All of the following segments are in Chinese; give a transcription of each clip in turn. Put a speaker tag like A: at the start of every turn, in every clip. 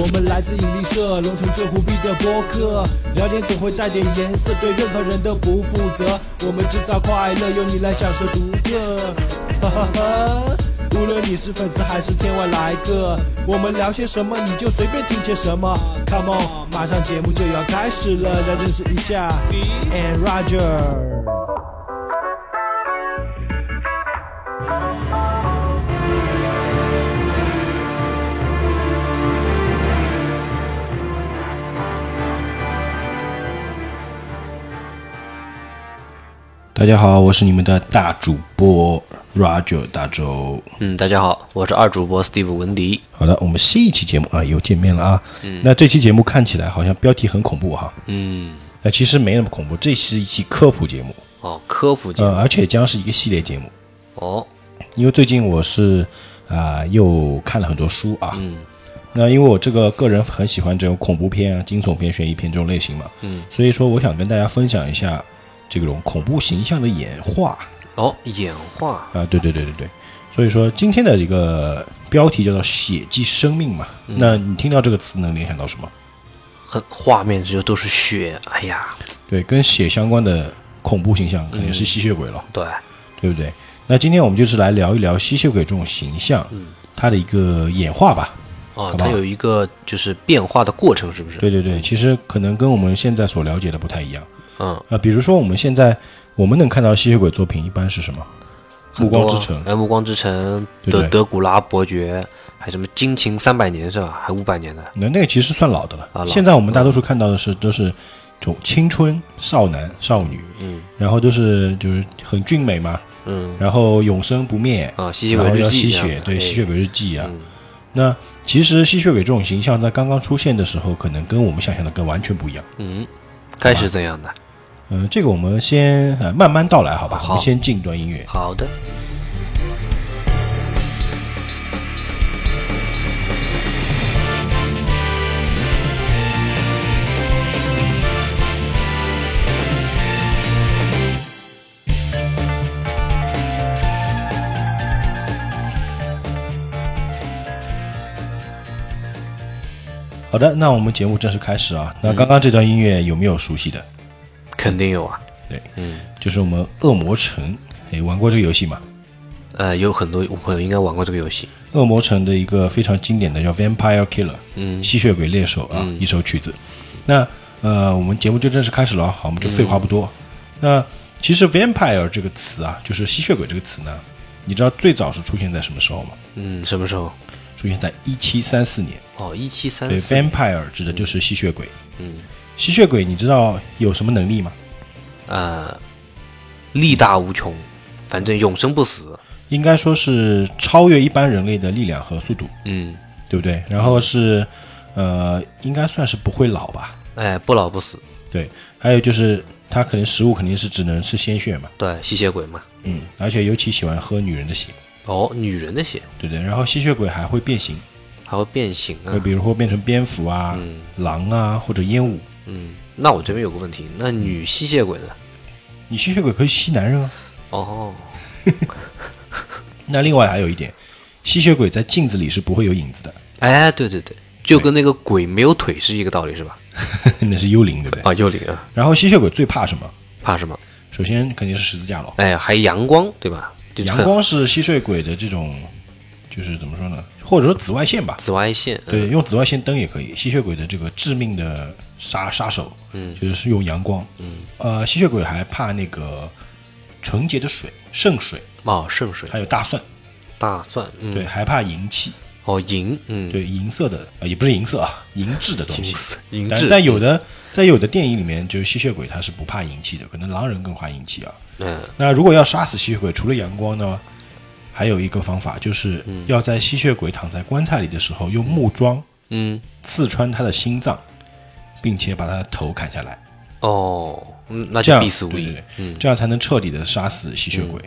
A: 我们来自引力社，龙城最虎逼的播客，聊天总会带点颜色，对任何人都不负责。我们制造快乐，由你来享受独特。 哈哈哈！无论你是粉丝还是天外来客，我们聊些什么你就随便听些什么。Come on，马上节目就要开始了，来认识一下 and Roger。
B: 大家好，我是你们的大主播 Roger 大周。
C: 嗯，大家好，我是二主播 Steve 文迪。
B: 好的，我们新一期节目啊又见面了啊。那这期节目看起来好像标题很恐怖哈，
C: 嗯，
B: 那其实没那么恐怖，这是一期科普节目，
C: 哦，科普节目、
B: 呃，而且将是一个系列节目，
C: 哦，
B: 因为最近我是啊、又看了很多书啊。
C: 嗯
B: 那因为我这个个人很喜欢这种恐怖片啊、惊悚片、悬疑片这种类型嘛，
C: 嗯，
B: 所以说我想跟大家分享一下这种恐怖形象的演化。
C: 哦，演化，
B: 啊，对对对对对，所以说今天的一个标题叫做“血祭生命”嘛，
C: 嗯
B: 那你听到这个词能联想到什么？
C: 很画面就都是血，哎呀，
B: 对，跟血相关的恐怖形象肯
C: 嗯
B: 定是吸血鬼了，
C: 对，
B: 对不对？那今天我们就是来聊一聊吸血鬼这种形象，
C: 嗯
B: 它的一个演化吧。
C: 哦
B: 好，吧
C: 它有一个就是变化的过程，是不是？
B: 对对对，其实可能跟我们现在所了解的不太一样
C: 嗯，
B: 啊、比如说我们现在我们能看到吸血鬼作品一般是什么？《
C: 很
B: 暮光
C: 多
B: 之城》
C: 哎，暮光之城
B: 对
C: 的
B: 对
C: 德古拉伯爵，还什么金琴三百年是吧？还五百年的，
B: 那那个其实算老的了。
C: 啊老
B: 现在我们大多数看到的是都是这种青春少男少女，
C: 嗯
B: 然后都是就是很俊美嘛，
C: 嗯，
B: 然后永生不灭，
C: 啊，吸血
B: 然
C: 鬼
B: 后
C: 日
B: 要
C: 记
B: 吸
C: 这样的，
B: 血，对
C: 哎
B: 吸血鬼日记啊。
C: 嗯
B: 那其实吸血鬼这种形象在刚刚出现的时候，可能跟我们想象的跟完全不一样。
C: 嗯，该是怎样的？
B: 嗯、这个我们先呃慢慢道来，好吧？
C: 好
B: 我们先进一段音乐。
C: 好的，
B: 好的，那我们节目正式开始啊。那刚刚这段音乐有没有熟悉的？
C: 肯定有啊，
B: 对，
C: 嗯，
B: 就是我们恶魔城，哎，玩过这个游戏吗？
C: 呃，有很多我朋友应该玩过这个游戏，
B: 恶魔城的一个非常经典的叫《Vampire Killer》，
C: 嗯
B: 吸血鬼猎手啊，一首曲子。那呃，我们节目就正式开始了啊，好，我们就废话不多。那其实 “vampire” 这个词啊，就是吸血鬼这个词呢，你知道最早是出现在什么时候吗？
C: 嗯，什么时候？
B: 出现在一七三四年。
C: 哦，一七三
B: 对
C: 四，
B: ，vampire 指的就是吸血鬼。
C: 嗯，
B: 吸血鬼你知道有什么能力吗？
C: 呃，力大无穷，反正永生不死。
B: 应该说是超越一般人类的力量和速度，
C: 嗯，
B: 对不对？然后是呃，应该算是不会老吧。
C: 哎，不老不死，
B: 对，还有就是他可能食物肯定是只能吃鲜血嘛，
C: 对，吸血鬼嘛。
B: 嗯，而且尤其喜欢喝女人的血，
C: 哦，女人的血
B: 对不对？然后吸血鬼还会变形，
C: 还会变形啊
B: 就。比如说变成蝙蝠啊、狼啊或者烟雾。
C: 嗯，那我这边有个问题，那
B: 嗯
C: 女吸血鬼呢？
B: 你吸血鬼可以吸男人啊。
C: 哦，
B: 那另外还有一点，吸血鬼在镜子里是不会有影子的，
C: 哎，对对对，就跟那个鬼没有腿是一个道理，是吧？
B: 那是幽灵，对不对？
C: 啊，幽灵啊，
B: 然后吸血鬼最怕什么？
C: 怕什么？
B: 首先肯定是十字架了，
C: 哎，还阳光对吧？就
B: 阳
C: 很
B: 光是吸血鬼的这种，就是怎么说呢？或者说紫外线吧，
C: 紫外线，嗯，
B: 对，用紫外线灯也可以。吸血鬼的这个致命的杀杀手，嗯，就是用阳光，嗯，呃，吸血鬼还怕那个纯洁的水、圣水，
C: 哦，圣水、
B: 还有大蒜，
C: 大蒜，嗯，
B: 对，还怕银气，
C: 哦，银，嗯，
B: 对，银色的，呃，也不是银色啊，银质的东西。
C: 银
B: 但
C: 质，
B: 但有的在有的电影里面，就是吸血鬼他是不怕银气的，可能狼人更怕银气啊。
C: 嗯，
B: 那如果要杀死吸血鬼，除了阳光呢，还有一个方法，就是要在吸血鬼躺在棺材里的时候，用木桩
C: 嗯，
B: 刺穿他的心脏，并且把他的头砍下来，
C: 哦，嗯那就
B: 这样
C: 必死无
B: 对对
C: 疑嗯
B: 对。，这样才能彻底的杀死吸血鬼。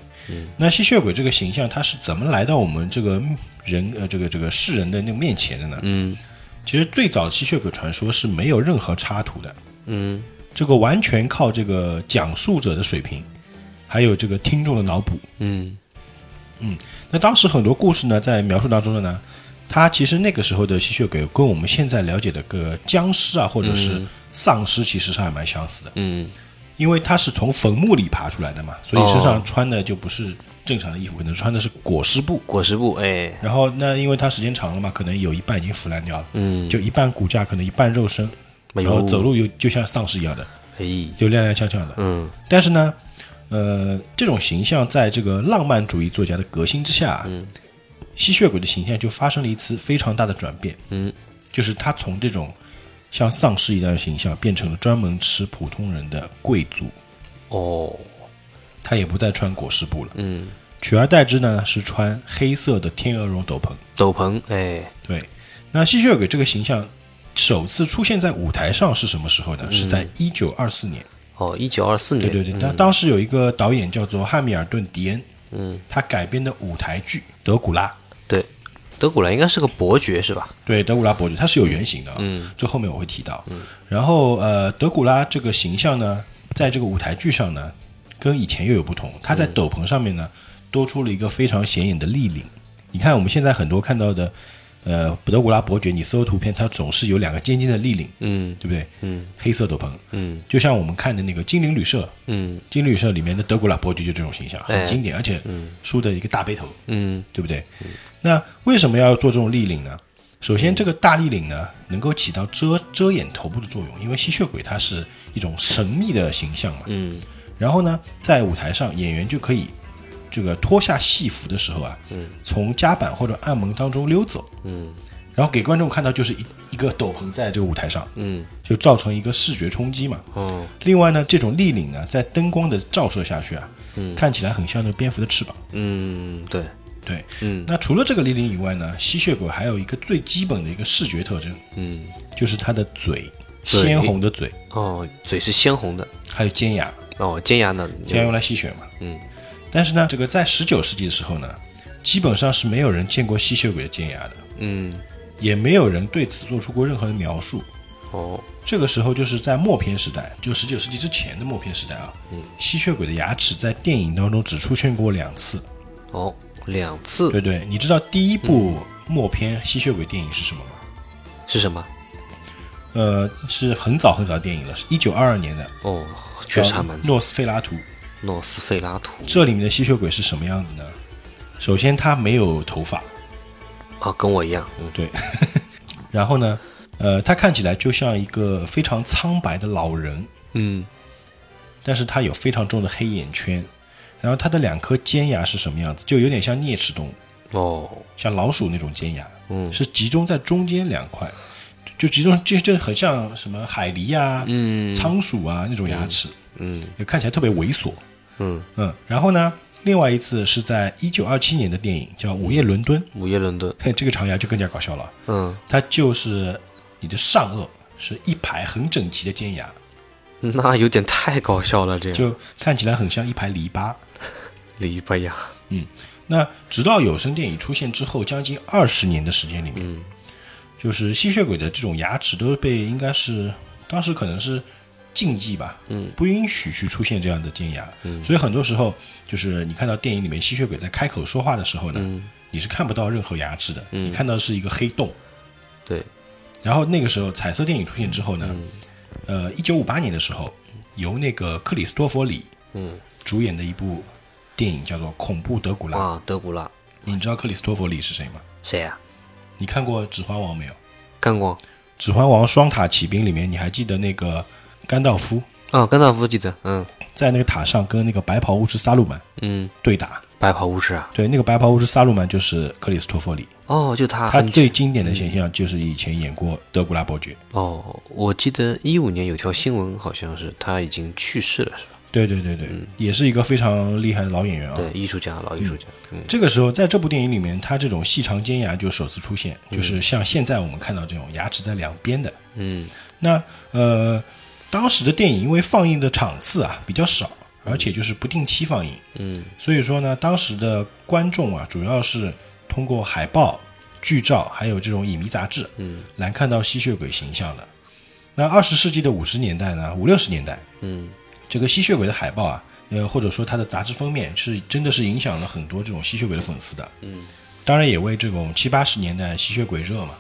B: 那吸血鬼这个形象，它是怎么来到我们这个人呃这个这个世人的那个面前的呢？
C: 嗯
B: 其实最早吸血鬼传说是没有任何插图的，
C: 嗯，
B: 这个完全靠这个讲述者的水平，还有这个听众的脑补。
C: 嗯
B: 那当时很多故事呢，在描述当中的呢，他其实那个时候的吸血鬼跟我们现在了解的个僵尸啊，或者是丧尸，其实是还蛮相似的，
C: 嗯，
B: 因为他是从坟墓里爬出来的嘛，所以身
C: 哦
B: 上穿的就不是正常的衣服，可能穿的是裹尸布。
C: 裹尸布，哎，
B: 然后那因为它时间长了嘛，可能有一半已经腐烂掉了，
C: 嗯，
B: 就一半骨架，可能一半肉身，
C: 没
B: 然
C: 有
B: 后走，路又就像丧尸一样的，
C: 哎，
B: 就踉踉跄跄的。
C: 嗯
B: 但是呢，呃，这种形象在这个浪漫主义作家的革新之下，
C: 嗯
B: 吸血鬼的形象就发生了一次非常大的转变。
C: 嗯，
B: 就是他从这种像丧尸一样的形象，变成了专门吃普通人的贵族，
C: 哦，
B: 他也不再穿裹尸布了，
C: 嗯，
B: 取而代之呢是穿黑色的天鹅绒斗篷。
C: 斗篷，哎，
B: 对，那吸血鬼这个形象首次出现在舞台上是什么时候呢？
C: 嗯
B: 是在一九二四年。
C: 哦，一九二四
B: 对
C: 年，
B: 对对，他当时有一个导演叫做汉密尔顿·迪恩，
C: 嗯，
B: 他改编的舞台剧《德古拉》。
C: 对，德古拉应该是个伯爵是吧？
B: 对，德古拉伯爵，他是有原型的，嗯，这后面我会提到。嗯，然后呃，德古拉这个形象呢，在这个舞台剧上呢，跟以前又有不同。他
C: 嗯
B: 在斗篷上面呢，多出了一个非常显眼的立领。你看我们现在很多看到的，呃，德古拉伯爵，你搜图片，它总是有两个尖尖的立领，
C: 嗯
B: 对不对？
C: 嗯，
B: 黑色斗篷，
C: 嗯
B: 就像我们看的那个《精灵旅社》，
C: 嗯
B: 《精灵旅社》里面的德古拉伯爵就这种形象，
C: 哎
B: 很经典，而且梳的一个大背头，
C: 嗯
B: 对不对？那为什么要做这种立领呢？首先，这个大立领呢，能够起到遮遮掩头部的作用，因为吸血鬼它是一种神秘的形象嘛。
C: 嗯
B: 然后呢，在舞台上，演员就可以这个脱下戏服的时候啊，从夹板或者暗门当中溜走，
C: 嗯
B: 然后给观众看到就是一一个斗篷在这个舞台上，
C: 嗯，
B: 就造成一个视觉冲击嘛。
C: 哦，
B: 另外呢，这种立领呢，在灯光的照射下去啊，看起来很像那个蝙蝠的翅膀。
C: 嗯，对，
B: 对，
C: 嗯
B: 那除了这个立领以外呢，吸血鬼还有一个最基本的一个视觉特征，
C: 嗯，
B: 就是它的嘴，
C: 嘴
B: 鲜红的嘴，
C: 哦，嘴是鲜红的，
B: 还有尖牙，
C: 哦，尖牙呢？
B: 尖牙用来吸血嘛。
C: 嗯。
B: 但是呢，这个在十九世纪的时候呢，基本上是没有人见过吸血鬼的尖牙的，
C: 嗯，
B: 也没有人对此做出过任何的描述。
C: 哦，
B: 这个时候就是在默片时代，就十九世纪之前的默片时代啊，
C: 嗯
B: 吸血鬼的牙齿在电影当中只出现过两次。
C: 哦，两次
B: 对对，你知道第一部
C: 嗯
B: 默片吸血鬼电影是什么吗？
C: 是什么？
B: 呃，是很早很早的电影了，是一九二二年的，
C: 哦，确实还蛮
B: 叫诺斯费拉图。
C: 诺斯费拉图
B: 这里面的吸血鬼是什么样子呢？首先，他没有头发，
C: 啊，跟我一样，嗯，
B: 对。然后呢，呃，他看起来就像一个非常苍白的老人，
C: 嗯，
B: 但是他有非常重的黑眼圈。然后他的两颗尖牙是什么样子？就有点像啮齿动物，
C: 哦，
B: 像老鼠那种尖牙，
C: 嗯
B: 是集中在中间两块，就就集中，就就很像什么海狸啊、
C: 嗯
B: 仓鼠啊那种牙齿，
C: 嗯
B: 就看起来特别猥琐。
C: 嗯，
B: 嗯，然后呢，另外一次是在一九二七年的电影叫《午夜伦敦》，
C: 午夜伦敦，
B: 嘿，这个长牙就更加搞笑了，
C: 嗯，
B: 它就是你的上颚是一排很整齐的尖牙，
C: 那有点太搞笑了，这个
B: 嗯就看起来很像一排篱笆。
C: 篱笆呀，
B: 那直到有声电影出现之后，将近二十年的时间里面，就是吸血鬼的这种牙齿都被应该是当时可能是禁忌吧，嗯，不允许去出现这样的尖牙，嗯，所以很多时候就是你看到电影里面吸血鬼在开口说话的时候呢，你是看不到任何牙齿的，你看到的是一个黑洞。
C: 对，
B: 然后那个时候彩色电影出现之后呢，呃，一九五八年的时候，由那个克里斯托弗里
C: 嗯，
B: 主演的一部电影叫做《恐怖德古拉》。
C: 啊，德古拉，
B: 你知道克里斯托弗里是谁吗？
C: 谁啊呀？
B: 你看过《指环王》没有？《
C: 看过
B: 指环王》双塔奇兵里面，你还记得那个甘道夫
C: 啊，甘道夫记得，嗯
B: 在那个塔上跟那个白袍巫师萨鲁曼
C: 嗯，
B: 对打？
C: 白袍巫师啊，
B: 对，那个白袍巫师萨鲁曼就是克里斯托弗里，
C: 哦，就他，
B: 他
C: 很
B: 最经典的形象就是以前演过德古拉伯爵。
C: 哦，我记得一五年有条新闻，好像是他已经去世了，是吧？
B: 对对对对，也是一个非常厉害的老演员啊。
C: 对，艺术家，老艺术家，嗯
B: 这个时候，在这部电影里面，他这种细长尖牙就首次出现，就是像现在我们看到这种牙齿在两边的。
C: 嗯
B: 那呃，当时的电影因为放映的场次啊比较少，而且就是不定期放映，
C: 嗯
B: 所以说呢，当时的观众啊，主要是通过海报、剧照，还有这种影迷杂志，嗯，来看到吸血鬼形象的。那二十世纪的五十年代呢，五六十年代，
C: 嗯，
B: 这个吸血鬼的海报啊，呃，或者说它的杂志封面，是真的是影响了很多这种吸血鬼的粉丝的。嗯，当然也为这种七八十年代吸血鬼热嘛，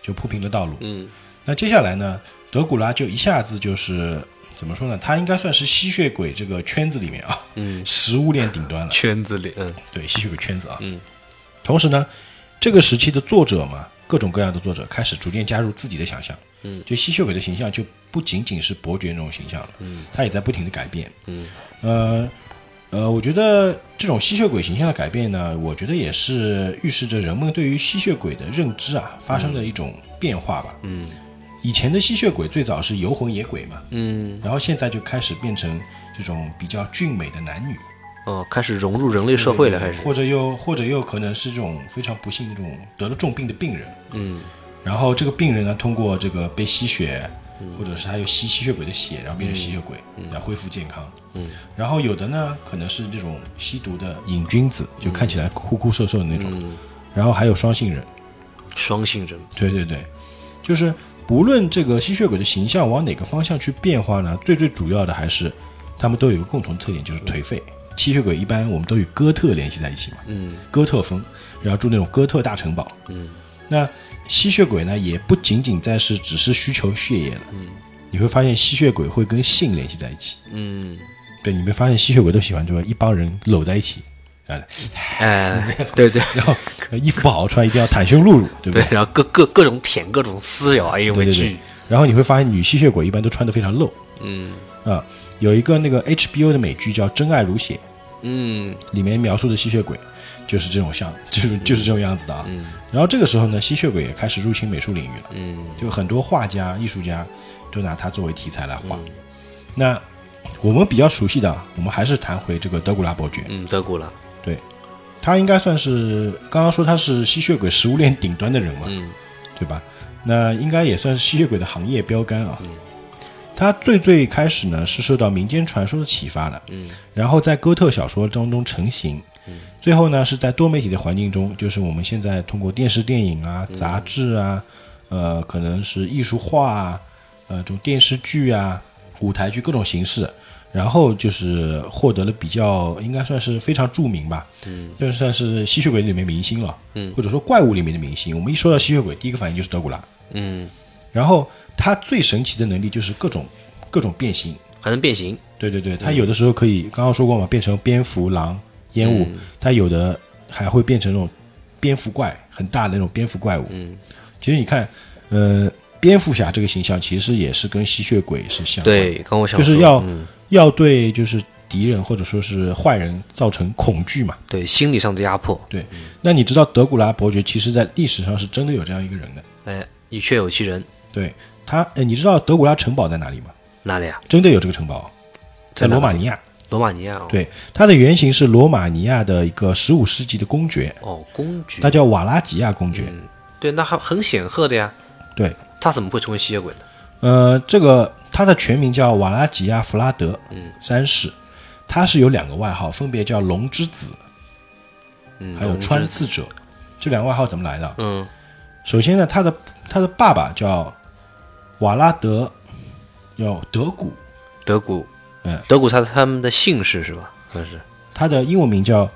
B: 就铺平了道路。
C: 嗯
B: 那接下来呢，德古拉就一下子就是怎么说呢？他应该算是吸血鬼这个圈子里面啊，
C: 嗯，
B: 食物链顶端了。
C: 圈子里，嗯
B: 对吸血鬼圈子啊。
C: 嗯。
B: 同时呢，这个时期的作者嘛，各种各样的作者开始逐渐加入自己的想象。
C: 嗯。
B: 就吸血鬼的形象就不仅仅是伯爵那种形象了。嗯。他也在不停的改变。
C: 嗯。
B: 呃呃，我觉得这种吸血鬼形象的改变呢，我觉得也是预示着人们对于吸血鬼的认知啊发生了一种变化吧。
C: 嗯
B: 以前的吸血鬼最早是游魂野鬼嘛，
C: 嗯，
B: 然后现在就开始变成这种比较俊美的男女。
C: 哦，开始融入人类社会了，开始，
B: 或者又或者又可能是这种非常不幸的这种得了重病的病人，
C: 嗯
B: 然后这个病人呢，通过这个被吸血，或者是他有吸吸血鬼的血，然后变成吸血鬼，然后恢复健康。
C: 嗯，
B: 然后有的呢，可能是这种吸毒的瘾君子，就看起来酷酷瘦瘦的那种。
C: 嗯，
B: 然后还有双性人，
C: 双性人，
B: 对对对，就是不论这个吸血鬼的形象往哪个方向去变化呢，最最主要的还是他们都有一个共同特点，就是颓废。吸血鬼一般我们都与哥特联系在一起嘛，
C: 嗯
B: 哥特风，然后住那种哥特大城堡。
C: 嗯，
B: 那吸血鬼呢，也不仅仅在是只是需求血液了。嗯，你会发现吸血鬼会跟性联系在一起。
C: 嗯，
B: 对，你没发现吸血鬼都喜欢就是一帮人搂在一起， 然后
C: 哎，对对
B: 然后呃衣服不好好穿，一定要袒胸露乳，对不
C: 对
B: 对？，
C: 然后各各各种舔，各种撕咬，哎呦我
B: 对对对
C: 去，
B: 然后你会发现女吸血鬼一般都穿得非常露
C: 嗯
B: 啊。有一个那个 HBO 的美剧叫《真爱如血》，
C: 嗯
B: 里面描述的吸血鬼就是这种像， 就是就是这种样子的啊。然后这个时候呢，吸血鬼也开始入侵美术领域了，
C: 嗯
B: 就很多画家、艺术家都拿它作为题材来画。那我们比较熟悉的啊，我们还是谈回这个德古拉伯爵，
C: 嗯，德古拉，
B: 他应该算是刚刚说他是吸血鬼食物链顶端的人嘛，
C: 嗯
B: 对吧？那应该也算是吸血鬼的行业标杆
C: 嗯
B: 啊。他最最开始呢是受到民间传说的启发的，
C: 嗯
B: 然后在哥特小说当中成型，最后呢是在多媒体的环境中，就是我们现在通过电视、电影啊、
C: 嗯
B: 杂志啊，呃，可能是艺术画啊，呃，这种电视剧啊、舞台剧各种形式，然后就是获得了比较应该算是非常著名吧，
C: 嗯，
B: 就算是吸血鬼里面明星了，
C: 嗯
B: 或者说怪物里面的明星。我们一说到吸血鬼，第一个反应就是德古拉，
C: 嗯，
B: 然后他最神奇的能力就是各种各种变形，
C: 还能变形，
B: 对对对，
C: 嗯
B: 它有的时候可以，刚刚说过嘛，变成蝙蝠、狼、烟
C: 嗯
B: 雾，它有的还会变成那种蝙蝠怪，很大的那种蝙蝠怪物。
C: 嗯，
B: 其实你看，呃，蝙蝠侠这个形象其实也是跟吸血鬼是相关的，
C: 对，刚我想
B: 就是
C: 说
B: 要、
C: 嗯
B: 要对就是敌人或者说是坏人造成恐惧嘛。
C: 对心理上的压迫，
B: 对，那你知道德古拉伯爵其实在历史上是真的有这样一个人的，
C: 哎，你确有其人，
B: 对他，呃，你知道德古拉城堡在哪里吗？
C: 哪里啊？
B: 真的有这个城堡，
C: 在
B: 在
C: 哪
B: 罗
C: 里
B: 马尼亚。
C: 罗马尼亚，哦，
B: 对，它的原型是罗马尼亚的一个十五世纪的公爵，
C: 哦，公爵
B: 他，叫瓦拉吉亚公爵。
C: 嗯对，那还很显赫的呀，
B: 对，
C: 他怎么会成为吸血鬼呢？
B: 呃，这个他的全名叫瓦拉吉亚弗拉德
C: 嗯
B: 三世，他是有两个外号，分别叫龙之子，
C: 嗯，
B: 还有
C: 龙之
B: 穿，刺者。这两个外号怎么来的？
C: 嗯
B: 首先呢，他的他的爸爸叫瓦拉德，叫德古，
C: 德古，
B: 嗯，
C: 德古他他们的姓氏是吧？算是，
B: 他的英文名叫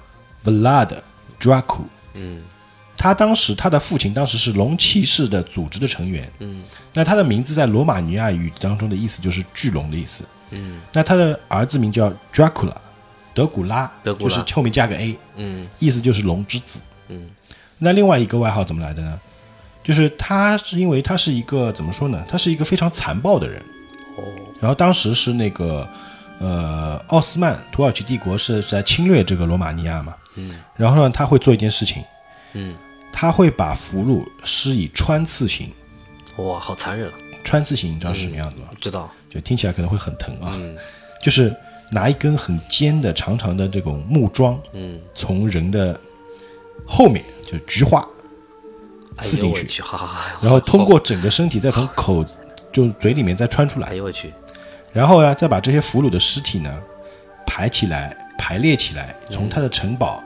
B: Vlad Dracu。
C: 嗯
B: 他当时他的父亲当时是龙骑士的组织的成员，
C: 嗯，
B: 那他的名字在罗马尼亚语当中的意思就是巨龙的意思，
C: 嗯
B: 那他的儿子名叫 Dracula，德古拉，
C: 德古拉
B: 就是后面加个 A，
C: 嗯
B: 意思就是龙之子。
C: 嗯
B: 那另外一个外号怎么来的呢？就是他是因为他是一个怎么说呢？他是一个非常残暴的人。
C: 哦，
B: 然后当时是那个呃奥斯曼土耳其帝国是是在侵略这个罗马尼亚嘛，
C: 嗯，
B: 然后呢他会做一件事情，
C: 嗯，
B: 他会把俘虏施以穿刺刑。
C: 哇，好残忍啊！
B: 穿刺刑你知道是什么样子吗？
C: 知道，
B: 就听起来可能会很疼啊，
C: 嗯
B: 就是拿一根很尖的、长长的这种木桩，
C: 嗯，
B: 从人的后面就菊花
C: 哎
B: 刺
C: 呦
B: 进
C: 我
B: 去，
C: 去，哈哈哈！
B: 然后通过整个身体再从口就嘴里面再穿出
C: 哎
B: 来，
C: 呦我去，
B: 然后啊呢再把这些俘虏的尸体呢排起来、排列起来，从他的城堡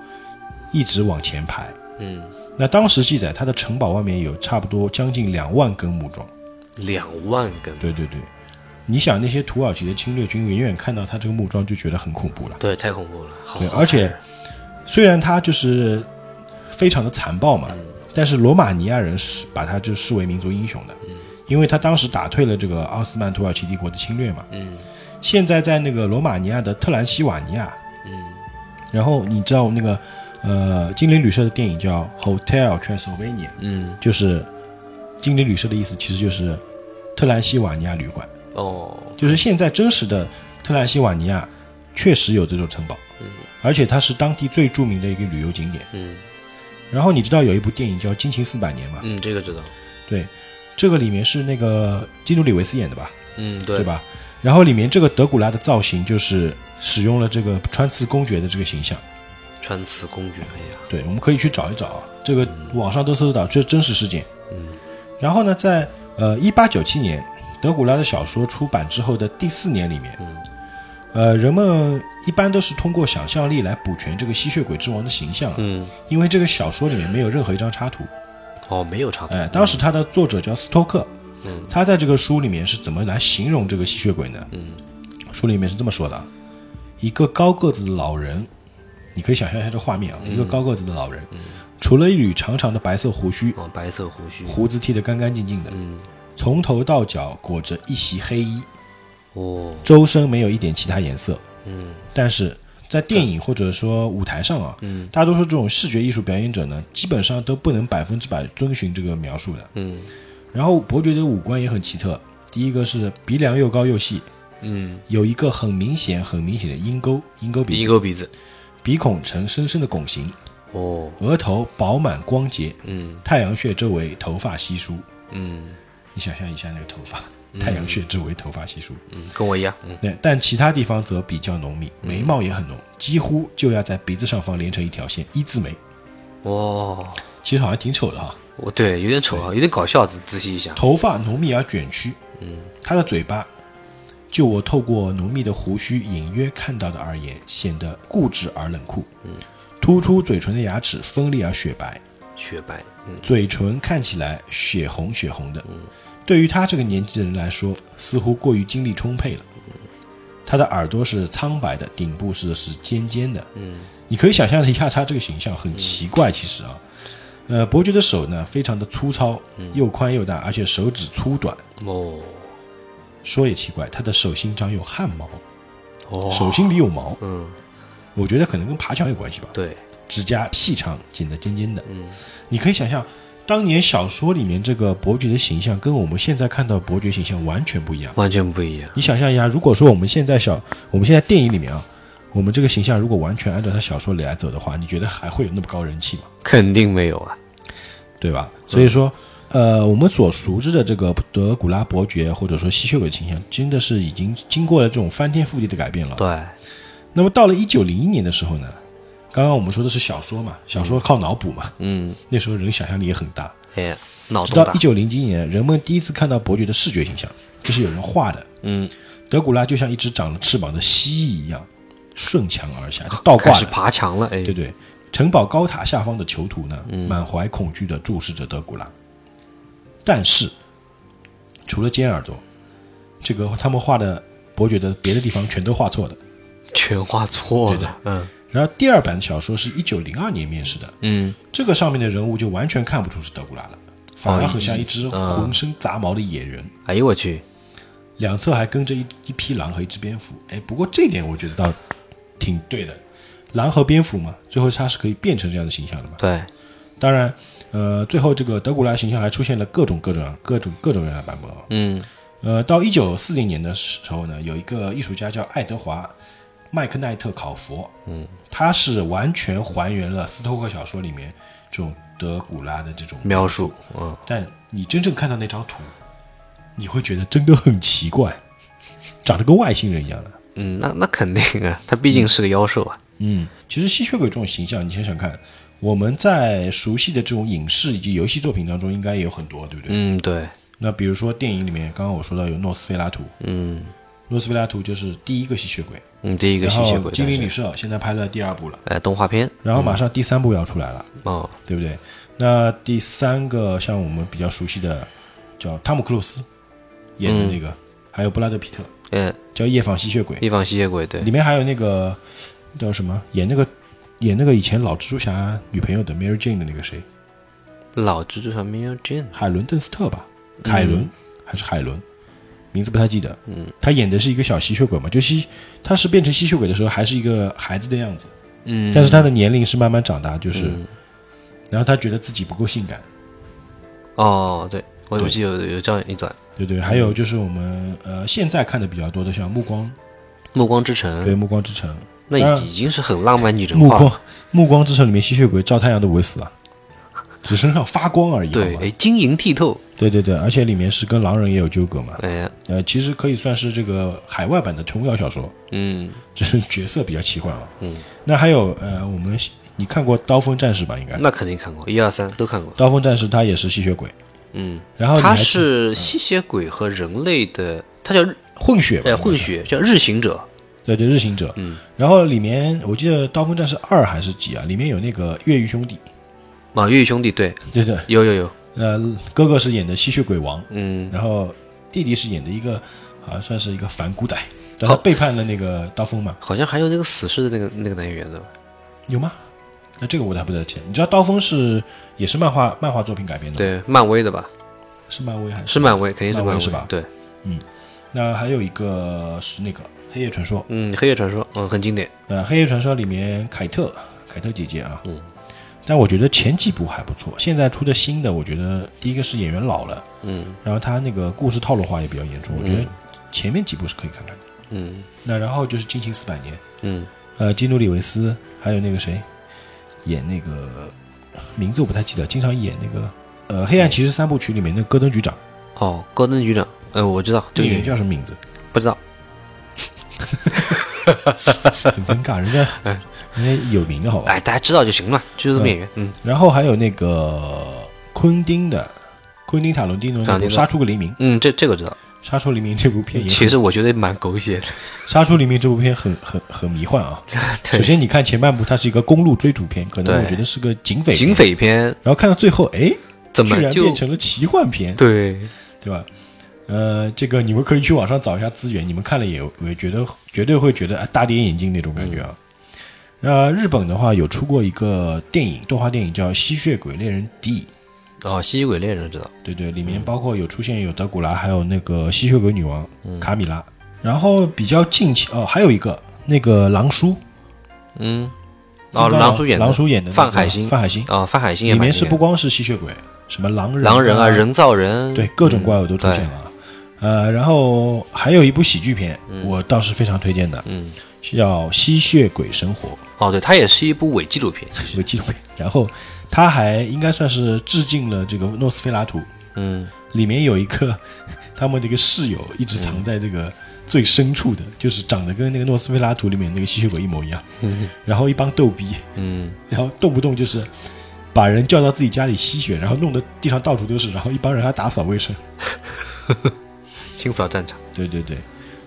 B: 一直往前排。
C: 嗯，
B: 那当时记载，他的城堡外面有差不多将近两万根木桩。
C: 两万根，
B: 对对对，你想那些土耳其的侵略军远远看到他这个木桩就觉得很恐怖了。
C: 对，太恐怖了，好
B: 对，
C: 好
B: 而
C: 残
B: 且
C: 忍
B: 虽然他就是非常的残暴
C: 嗯
B: 嘛。但是罗马尼亚人是把他就视为民族英雄的，
C: 嗯
B: 因为他当时打退了这个奥斯曼土耳其帝国的侵略嘛。
C: 嗯
B: 现在在那个罗马尼亚的特兰西瓦尼亚，
C: 嗯
B: 然后你知道那个呃精灵旅社的电影叫《Hotel Transylvania》，
C: 嗯，
B: 就是精灵旅社的意思，其实就是特兰西瓦尼亚旅馆，
C: 哦，
B: 就是现在真实的特兰西瓦尼亚确实有这座城堡，而且它是当地最著名的一个旅游景点。
C: 嗯
B: 然后你知道有一部电影叫《惊情四百年》吗？
C: 嗯，这个知道，
B: 对，这个里面是那个基努里维斯演的吧？
C: 嗯
B: 对
C: 对？
B: 吧？然后里面这个德古拉的造型就是使用了这个穿刺公爵的这个形象。
C: 穿刺公爵，哎呀，
B: 对，我们可以去找一找啊，这个
C: 嗯
B: 网上都搜得到，这是真实事件。嗯。然后呢，在呃一八九七年，德古拉的小说出版之后的第四年里面，
C: 嗯
B: 呃，人们一般都是通过想象力来补全这个吸血鬼之王的形象、啊，
C: 嗯，
B: 因为这个小说里面没有任何一张插图。
C: 哦，没有长，
B: 哎，当时他的作者叫斯托克，
C: 嗯
B: 他在这个书里面是怎么来形容这个吸血鬼呢？
C: 嗯，
B: 书里面是这么说的啊：一个高个子的老人，你可以想象一下这画面啊，一个
C: 嗯
B: 高个子的老人，除了一缕长长的白色胡须，
C: 哦，白色胡须，
B: 胡子剃得干干净净的，
C: 嗯，
B: 从头到脚裹着一袭黑衣，
C: 哦，
B: 周身没有一点其他颜色。
C: 嗯
B: 但是在电影或者说舞台上啊，
C: 嗯
B: 大多数这种视觉艺术表演者呢，基本上都不能百分之百遵循这个描述的。
C: 嗯
B: 然后伯爵的五官也很奇特，第一个是鼻梁又高又细，
C: 嗯，
B: 有一个很明显很明显的鹰钩，鹰钩鼻
C: 一
B: 子，
C: 勾鼻子，
B: 鼻孔呈深深的拱形，
C: 哦，
B: 额头饱满光洁，
C: 嗯
B: 太阳穴周围头发稀疏。
C: 嗯
B: 你想象一下那个头发，太阳穴周围头发稀疏。
C: 嗯，跟我一样，嗯
B: 对，但其他地方则比较浓密，眉毛也很浓，几乎就要在鼻子上方连成一条线，一字眉。
C: 哦，
B: 其实好像挺丑的哈，
C: 我对有点丑啊，有点搞笑，仔仔细一想，
B: 头发浓密而卷曲，
C: 嗯，
B: 他的嘴巴，就我透过浓密的胡须隐约看到的而言，显得固执而冷酷。突出嘴唇的牙齿锋利而雪白，
C: 雪白，嗯
B: 嘴唇看起来血红血红的。对于他这个年纪的人来说，似乎过于精力充沛了。他的耳朵是苍白的，顶部是是尖尖的。
C: 嗯
B: 你可以想象一下他这个形象很奇怪，其实啊，呃，伯爵的手呢非常的粗糙，又宽又大，而且手指粗短。
C: 哦
B: 说也奇怪，他的手心上有汗毛，
C: 哦，
B: 手心里有毛，
C: 嗯
B: 我觉得可能跟爬墙有关系吧。
C: 对，
B: 指甲细长，剪得尖尖的。
C: 嗯
B: 你可以想象，当年小说里面这个伯爵的形象，跟我们现在看到伯爵形象完全不一样。
C: 完全不一样，
B: 你想象一下，如果说我们现在小，我们现在电影里面啊，我们这个形象如果完全按照他小说里来走的话，你觉得还会有那么高人气吗？
C: 肯定没有啊，
B: 对吧？所以说，呃，我们所熟知的这个德古拉伯爵或者说吸血鬼形象，真的是已经经过了这种翻天覆地的改变了。
C: 对，
B: 那么到了一九零一年的时候呢，刚刚我们说的是小说嘛，小说靠脑补嘛，
C: 嗯，
B: 那时候人想象力也很大。
C: 哎，脑
B: 直
C: 洞
B: 到
C: 大
B: 一，九零七年，人们第一次看到伯爵的视觉形象，这是有人画的。
C: 嗯，
B: 德古拉就像一只长了翅膀的蜥蜴一样，顺墙而下，就倒
C: 哦开
B: 挂
C: 始
B: 的，
C: 爬墙了，哎
B: 对，对。城堡高塔下方的囚徒呢，
C: 嗯
B: 满怀恐惧地注视着德古拉。但是，除了尖耳朵，这个他们画的伯爵的别的地方全都画错的。
C: 全画错
B: 对
C: 了，嗯
B: 然后第二版小说是一九零二年面世的，
C: 嗯，
B: 这个上面的人物就完全看不出是德古拉了，反而很像一只
C: 嗯
B: 浑身杂毛的野人，
C: 哎呦我去，
B: 两侧还跟着一一匹狼和一只蝙蝠。哎，不过这一点我觉得倒挺对的，狼和蝙蝠嘛，最后它是可以变成这样的形象的嘛。
C: 对，
B: 当然，呃，最后这个德古拉形象还出现了各种各种各种各种各样的版本啊。
C: 嗯
B: 呃，到一九四零年的时候呢，有一个艺术家叫爱德华·麦克奈特考佛，嗯，他是完全还原了斯托克小说里面这种德古拉的这种
C: 描述，嗯，
B: 但你真正看到那张图，你会觉得真的很奇怪，长得跟外星人一样的。
C: 嗯，那那肯定啊，他毕竟是个妖兽啊，
B: 嗯，其实吸血鬼这种形象，你想想看，我们在熟悉的这种影视以及游戏作品当中，应该也有很多，对不对？
C: 嗯，对，
B: 那比如说电影里面，刚刚我说到有诺斯菲拉图，
C: 嗯
B: 诺斯菲拉图就是第一个吸血鬼，
C: 嗯，第一个
B: 然
C: 吸血
B: 后
C: 鬼，
B: 精灵旅
C: 社，
B: 社现在拍了第二部了，
C: 哎，动画片，
B: 然后马上第三部要出来了，
C: 哦，
B: 对不对？那第三个像我们比较熟悉的，叫汤姆克鲁斯演的那个，
C: 嗯
B: 还有布拉德皮特
C: 哎，
B: 叫《夜访吸血鬼》，
C: 一方吸血鬼，对，
B: 里面还有那个叫什么演那个演那个以前老蜘蛛侠女朋友的 Mary Jane 的那个谁，
C: 老蜘蛛侠 m i l j a n
B: 海伦·邓斯特吧，凯伦、还是海伦，名字不太记得。嗯，他演的是一个小吸血鬼嘛，就吸，他是变成吸血鬼的时候还是一个孩子的样子，
C: 嗯，
B: 但是他的年龄是慢慢长大，就是，然后他觉得自己不够性感，
C: 哦，对，我
B: 对
C: 我记得有有这样一段《
B: 对对。还有就是我们呃现在看的比较多的，像《暮光》
C: 暮光之城
B: 对，《暮光之城》，
C: 那
B: 当
C: 已
B: 然
C: 已经是很浪漫拟人
B: 暮
C: 化
B: 光
C: 了。》
B: 暮光之城里面吸血鬼照太阳都不会死啊，只身上发光而已。好
C: 对，
B: 吗
C: 哎，晶莹剔透，
B: 对对对，而且里面是跟狼人也有纠葛嘛，
C: 哎，
B: 呃，其实可以算是这个海外版的琼瑶小说，
C: 嗯，
B: 就是角色比较奇幻啊。嗯，那还有呃，我们你看过《刀锋战士》吧？应该，《
C: 那肯定看过，一二三都看过。
B: 刀锋战士》他也是吸血鬼，
C: 嗯，
B: 然后你
C: 他
B: 还
C: 是吸血鬼和人类的，他叫日
B: 混血吧？
C: 哎混血，叫日行者。
B: 对对，日行者。嗯，然后里面我记得《刀锋战士二》还是几啊？里面有那个越狱兄弟，
C: 啊，越狱兄弟，对，
B: 对对，
C: 有有有，
B: 呃，哥哥是演的吸血鬼王，
C: 嗯，
B: 然后弟弟是演的一个好像算是一个反骨仔，对他背叛了那个刀锋嘛。
C: 好像还有那个死侍的那个那个男演员的，
B: 有吗？那这个我还不太清。你知道《刀锋》是也是漫画漫画作品改编的，，
C: 对，漫威的吧？
B: 是漫威还是？
C: 是漫威，肯定是
B: 漫威
C: 威
B: 是吧
C: 对，
B: 那还有一个是那个《黑夜传说》，
C: 嗯，黑夜传说，嗯，很经典。
B: 呃，《黑夜传说》里面凯特凯特姐姐啊，嗯，但我觉得前几部还不错，现在出的新的，我觉得第一个是演员老了，
C: 嗯，
B: 然后他那个故事套路化也比较严重，我觉得前面几部是可以看看的。
C: 嗯
B: 那然后就是《惊情四百年》，
C: 嗯，
B: 呃，基努里维斯还有那个谁，演那个名字我不太记得，经常演那个呃《黑暗骑士》三部曲里面那个戈登局长，
C: 哦，高登局长，呃，我知道，
B: 这
C: 这个
B: 个演员
C: 演员
B: 叫什么名字？
C: 不知道，
B: 很尴尬，人 家人家有名的好吧？
C: 哎，大家知道就行了，就是这么演员，嗯
B: 然后还有那个昆汀的昆汀塔伦蒂诺
C: 塔
B: 那
C: 伦
B: 部
C: 蒂
B: 《
C: 诺
B: 杀出个黎明》，《
C: 嗯，这这个知道。
B: 杀出黎明》这部片也
C: 其
B: 很，《
C: 实我觉得蛮狗血的，
B: 杀出黎明》这部片很很很迷幻啊。
C: 对
B: 首先，你看前半部，它是一个公路追逐片，可能
C: 对
B: 我觉得是个警匪
C: 警
B: 片，
C: 匪片
B: 然后看到最后，哎，
C: 怎
B: 居
C: 么
B: 然
C: 就
B: 变成了奇幻片，
C: 对？
B: 对吧？呃，这个你们可以去网上找一下资源，你们看了也我觉得绝对会觉得啊大跌眼镜那种感觉啊。
C: 嗯
B: 呃，日本的话有出过一个电影动画电影叫《吸血鬼猎人 D》，
C: 哦，吸血鬼猎人知道，
B: 对对，里
C: 嗯
B: 面包括有出现有德古拉，还有那个吸血鬼女王、
C: 嗯
B: 卡米拉，然后比较近期哦，还有一个那个狼叔，
C: 嗯，哦，
B: 金刚
C: 狼叔演的，
B: 狼叔演的那个
C: 范海辛
B: 范海辛，
C: 哦，范海辛也
B: 里
C: 蛮
B: 面是
C: 经
B: 不
C: 典
B: 光是吸血鬼，什么狼人、
C: 的狼人啊，
B: 啊，
C: 人造人，嗯
B: 对，各种怪物都出现了啊。呃，然后还有一部喜剧片，我倒是非常推荐的，
C: 嗯，
B: 叫《吸血鬼生活》，
C: 哦，对，它也是一部伪纪录片，其实，
B: 有纪录片。然后他还应该算是致敬了这个诺斯菲拉图，
C: 嗯，
B: 里面有一个他们的一个室友一直藏在这个最深处的，就是长得跟那个诺斯菲拉图里面那个吸血鬼一模一样， 然后一帮逗逼，
C: 嗯，
B: 然后动不动就是把人叫到自己家里吸血，然后弄得地上到处都是，然后一帮人还打扫卫生。
C: 清扫战场，
B: 对对对，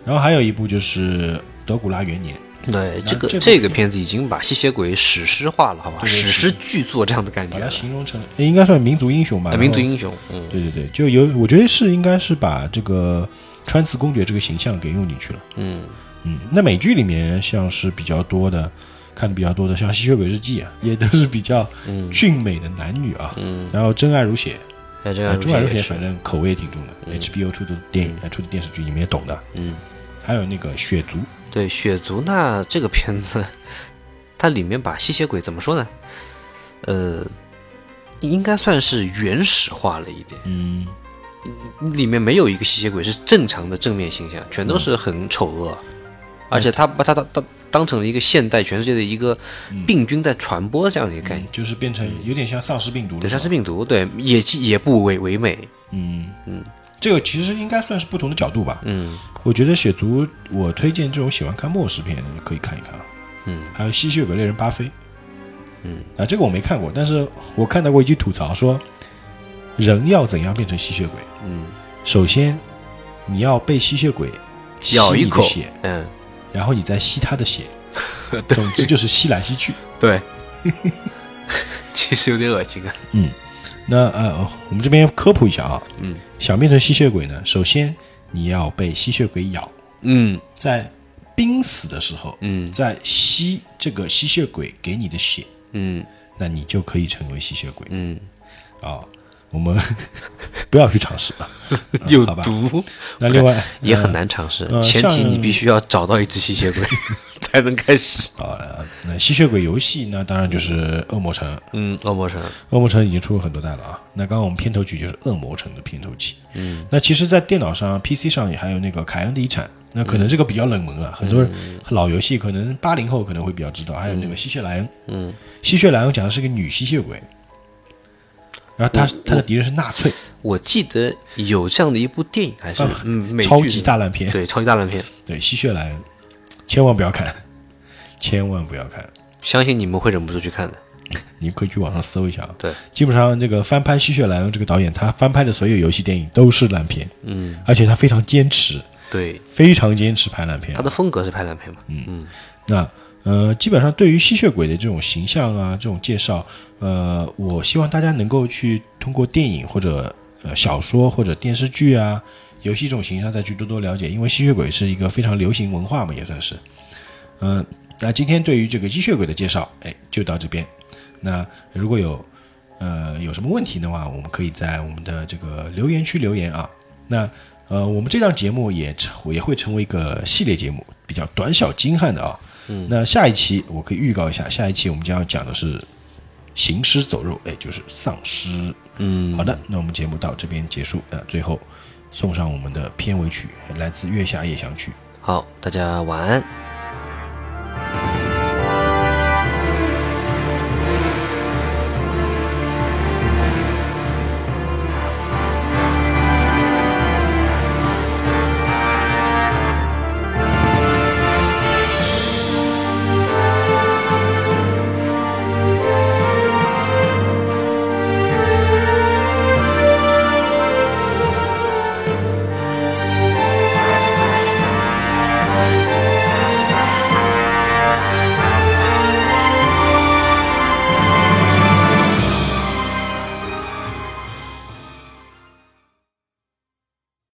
B: 然后还有一部就是《德古拉元年》，
C: 对，这个
B: 这部
C: 这个片子已经把吸血鬼史诗化了，好吧，
B: 对对
C: 史诗巨作这样的感觉
B: 把它
C: 了，
B: 形容成诶应该算民族英雄吧，
C: 哎民族
B: 然后
C: 英雄，嗯
B: 对对对，就有我觉得是应该是把这个穿刺公爵这个形象给用进去了。
C: 嗯，
B: 嗯，那美剧里面像是比较多的，看的比较多的，像《吸血鬼日记》啊，也都是比较
C: 嗯
B: 俊美的男女啊。嗯，然后《真爱如血》
C: 哎，这
B: 呃，
C: 样
B: 《真爱如
C: 也
B: 血》
C: 是
B: 反正口味也挺重的、h b o 出的电影、哎出的电视剧你们也懂的。
C: 嗯，
B: 还有那个《血族》，
C: 对，血族那这个片子，它里面把吸血鬼怎么说呢？呃，应该算是原始化了一点。
B: 嗯，
C: 里面没有一个吸血鬼是正常的正面形象，全都是很丑恶，啊而且他把他当当当成了一个现代全世界的一个病菌在传播这样的一个概念。
B: 就是变成有点像丧尸病毒了。
C: 嗯对，丧尸病毒，对，也也不唯唯美。
B: 嗯嗯，这个其实应该算是不同的角度吧。
C: 嗯
B: 我觉得《血族》，我推荐这种喜欢看末世片可以看一看啊。
C: 嗯，
B: 还有《吸血鬼猎人巴菲》。
C: 嗯，
B: 啊，这个我没看过，但是我看到过一句吐槽说，人要怎样变成吸血鬼？
C: 嗯，
B: 首先你要被吸血鬼吸
C: 咬
B: 你
C: 一
B: 的
C: 口
B: 血，，
C: 嗯，
B: 然后你再吸他 的血，总之就是吸来吸去。
C: 对， 其实有点恶心啊。
B: 那呃，我们这边科普一下啊，
C: 嗯，
B: 想变成吸血鬼呢，首先你要被吸血鬼咬，
C: 嗯，
B: 再濒死的时候，
C: 嗯
B: 在吸这个吸血鬼给你的血，
C: 嗯
B: 那你就可以成为吸血鬼
C: 嗯，
B: 啊。我们 不要去尝试了。
C: 有
B: 好吧
C: 毒
B: 那另外
C: 也很难尝试，
B: 呃
C: 前提
B: 像
C: 你必须要找到一只吸血 鬼才能开始。
B: 啊，那吸血鬼游戏那当然就是恶魔城，
C: 嗯，恶魔城，
B: 恶魔城已经出过很多代了啊。那刚刚我们片头曲就是恶魔城的片头曲。嗯，那其实，在电脑上、PC 上也还有那个凯恩的遗产。那可能这个比较冷门
C: 嗯
B: 啊，很多人老游戏可能八零后可能会比较知道，还有那个吸血莱恩。
C: 嗯，
B: 吸血莱恩讲的是个女吸血鬼，然后她她的敌人是纳粹，
C: 我记得有这样的一部电影，还是嗯，美剧
B: 啊超级大烂片。
C: 对超级大烂片，
B: 对，吸血莱恩，千万不要看，千万不要看。
C: 相信你们会忍不住去看的。
B: 你可以去网上搜一下啊。
C: 对，
B: 基本上这个翻拍《吸血莱恩》这个导演，他翻拍的所有游戏电影都是烂片，
C: 嗯，
B: 而且他非常坚持，
C: 对，
B: 非常坚持拍烂片
C: 他。的风格是拍烂片嘛，嗯
B: 那呃，基本上对于吸血鬼的这种形象啊，这种介绍，呃，我希望大家能够去通过电影或者呃小说或者电视剧啊、游戏这种形象再去多多了解，因为吸血鬼是一个非常流行文化嘛，也算是。嗯、那今天对于这个吸血鬼的介绍，哎，就到这边。那如果有呃有什么问题的话，我们可以在我们的这个留言区留言啊。那呃，我们这档节目也成也会成为一个系列节目，比较短小精悍的啊。嗯，那下一期我可以预告一下，下一期我们将要讲的是行尸走肉，哎，就是丧尸。
C: 嗯，
B: 好的，那我们节目到这边结束。那最后送上我们的片尾曲，来自《月下夜想曲》。
C: 好，大家晚安。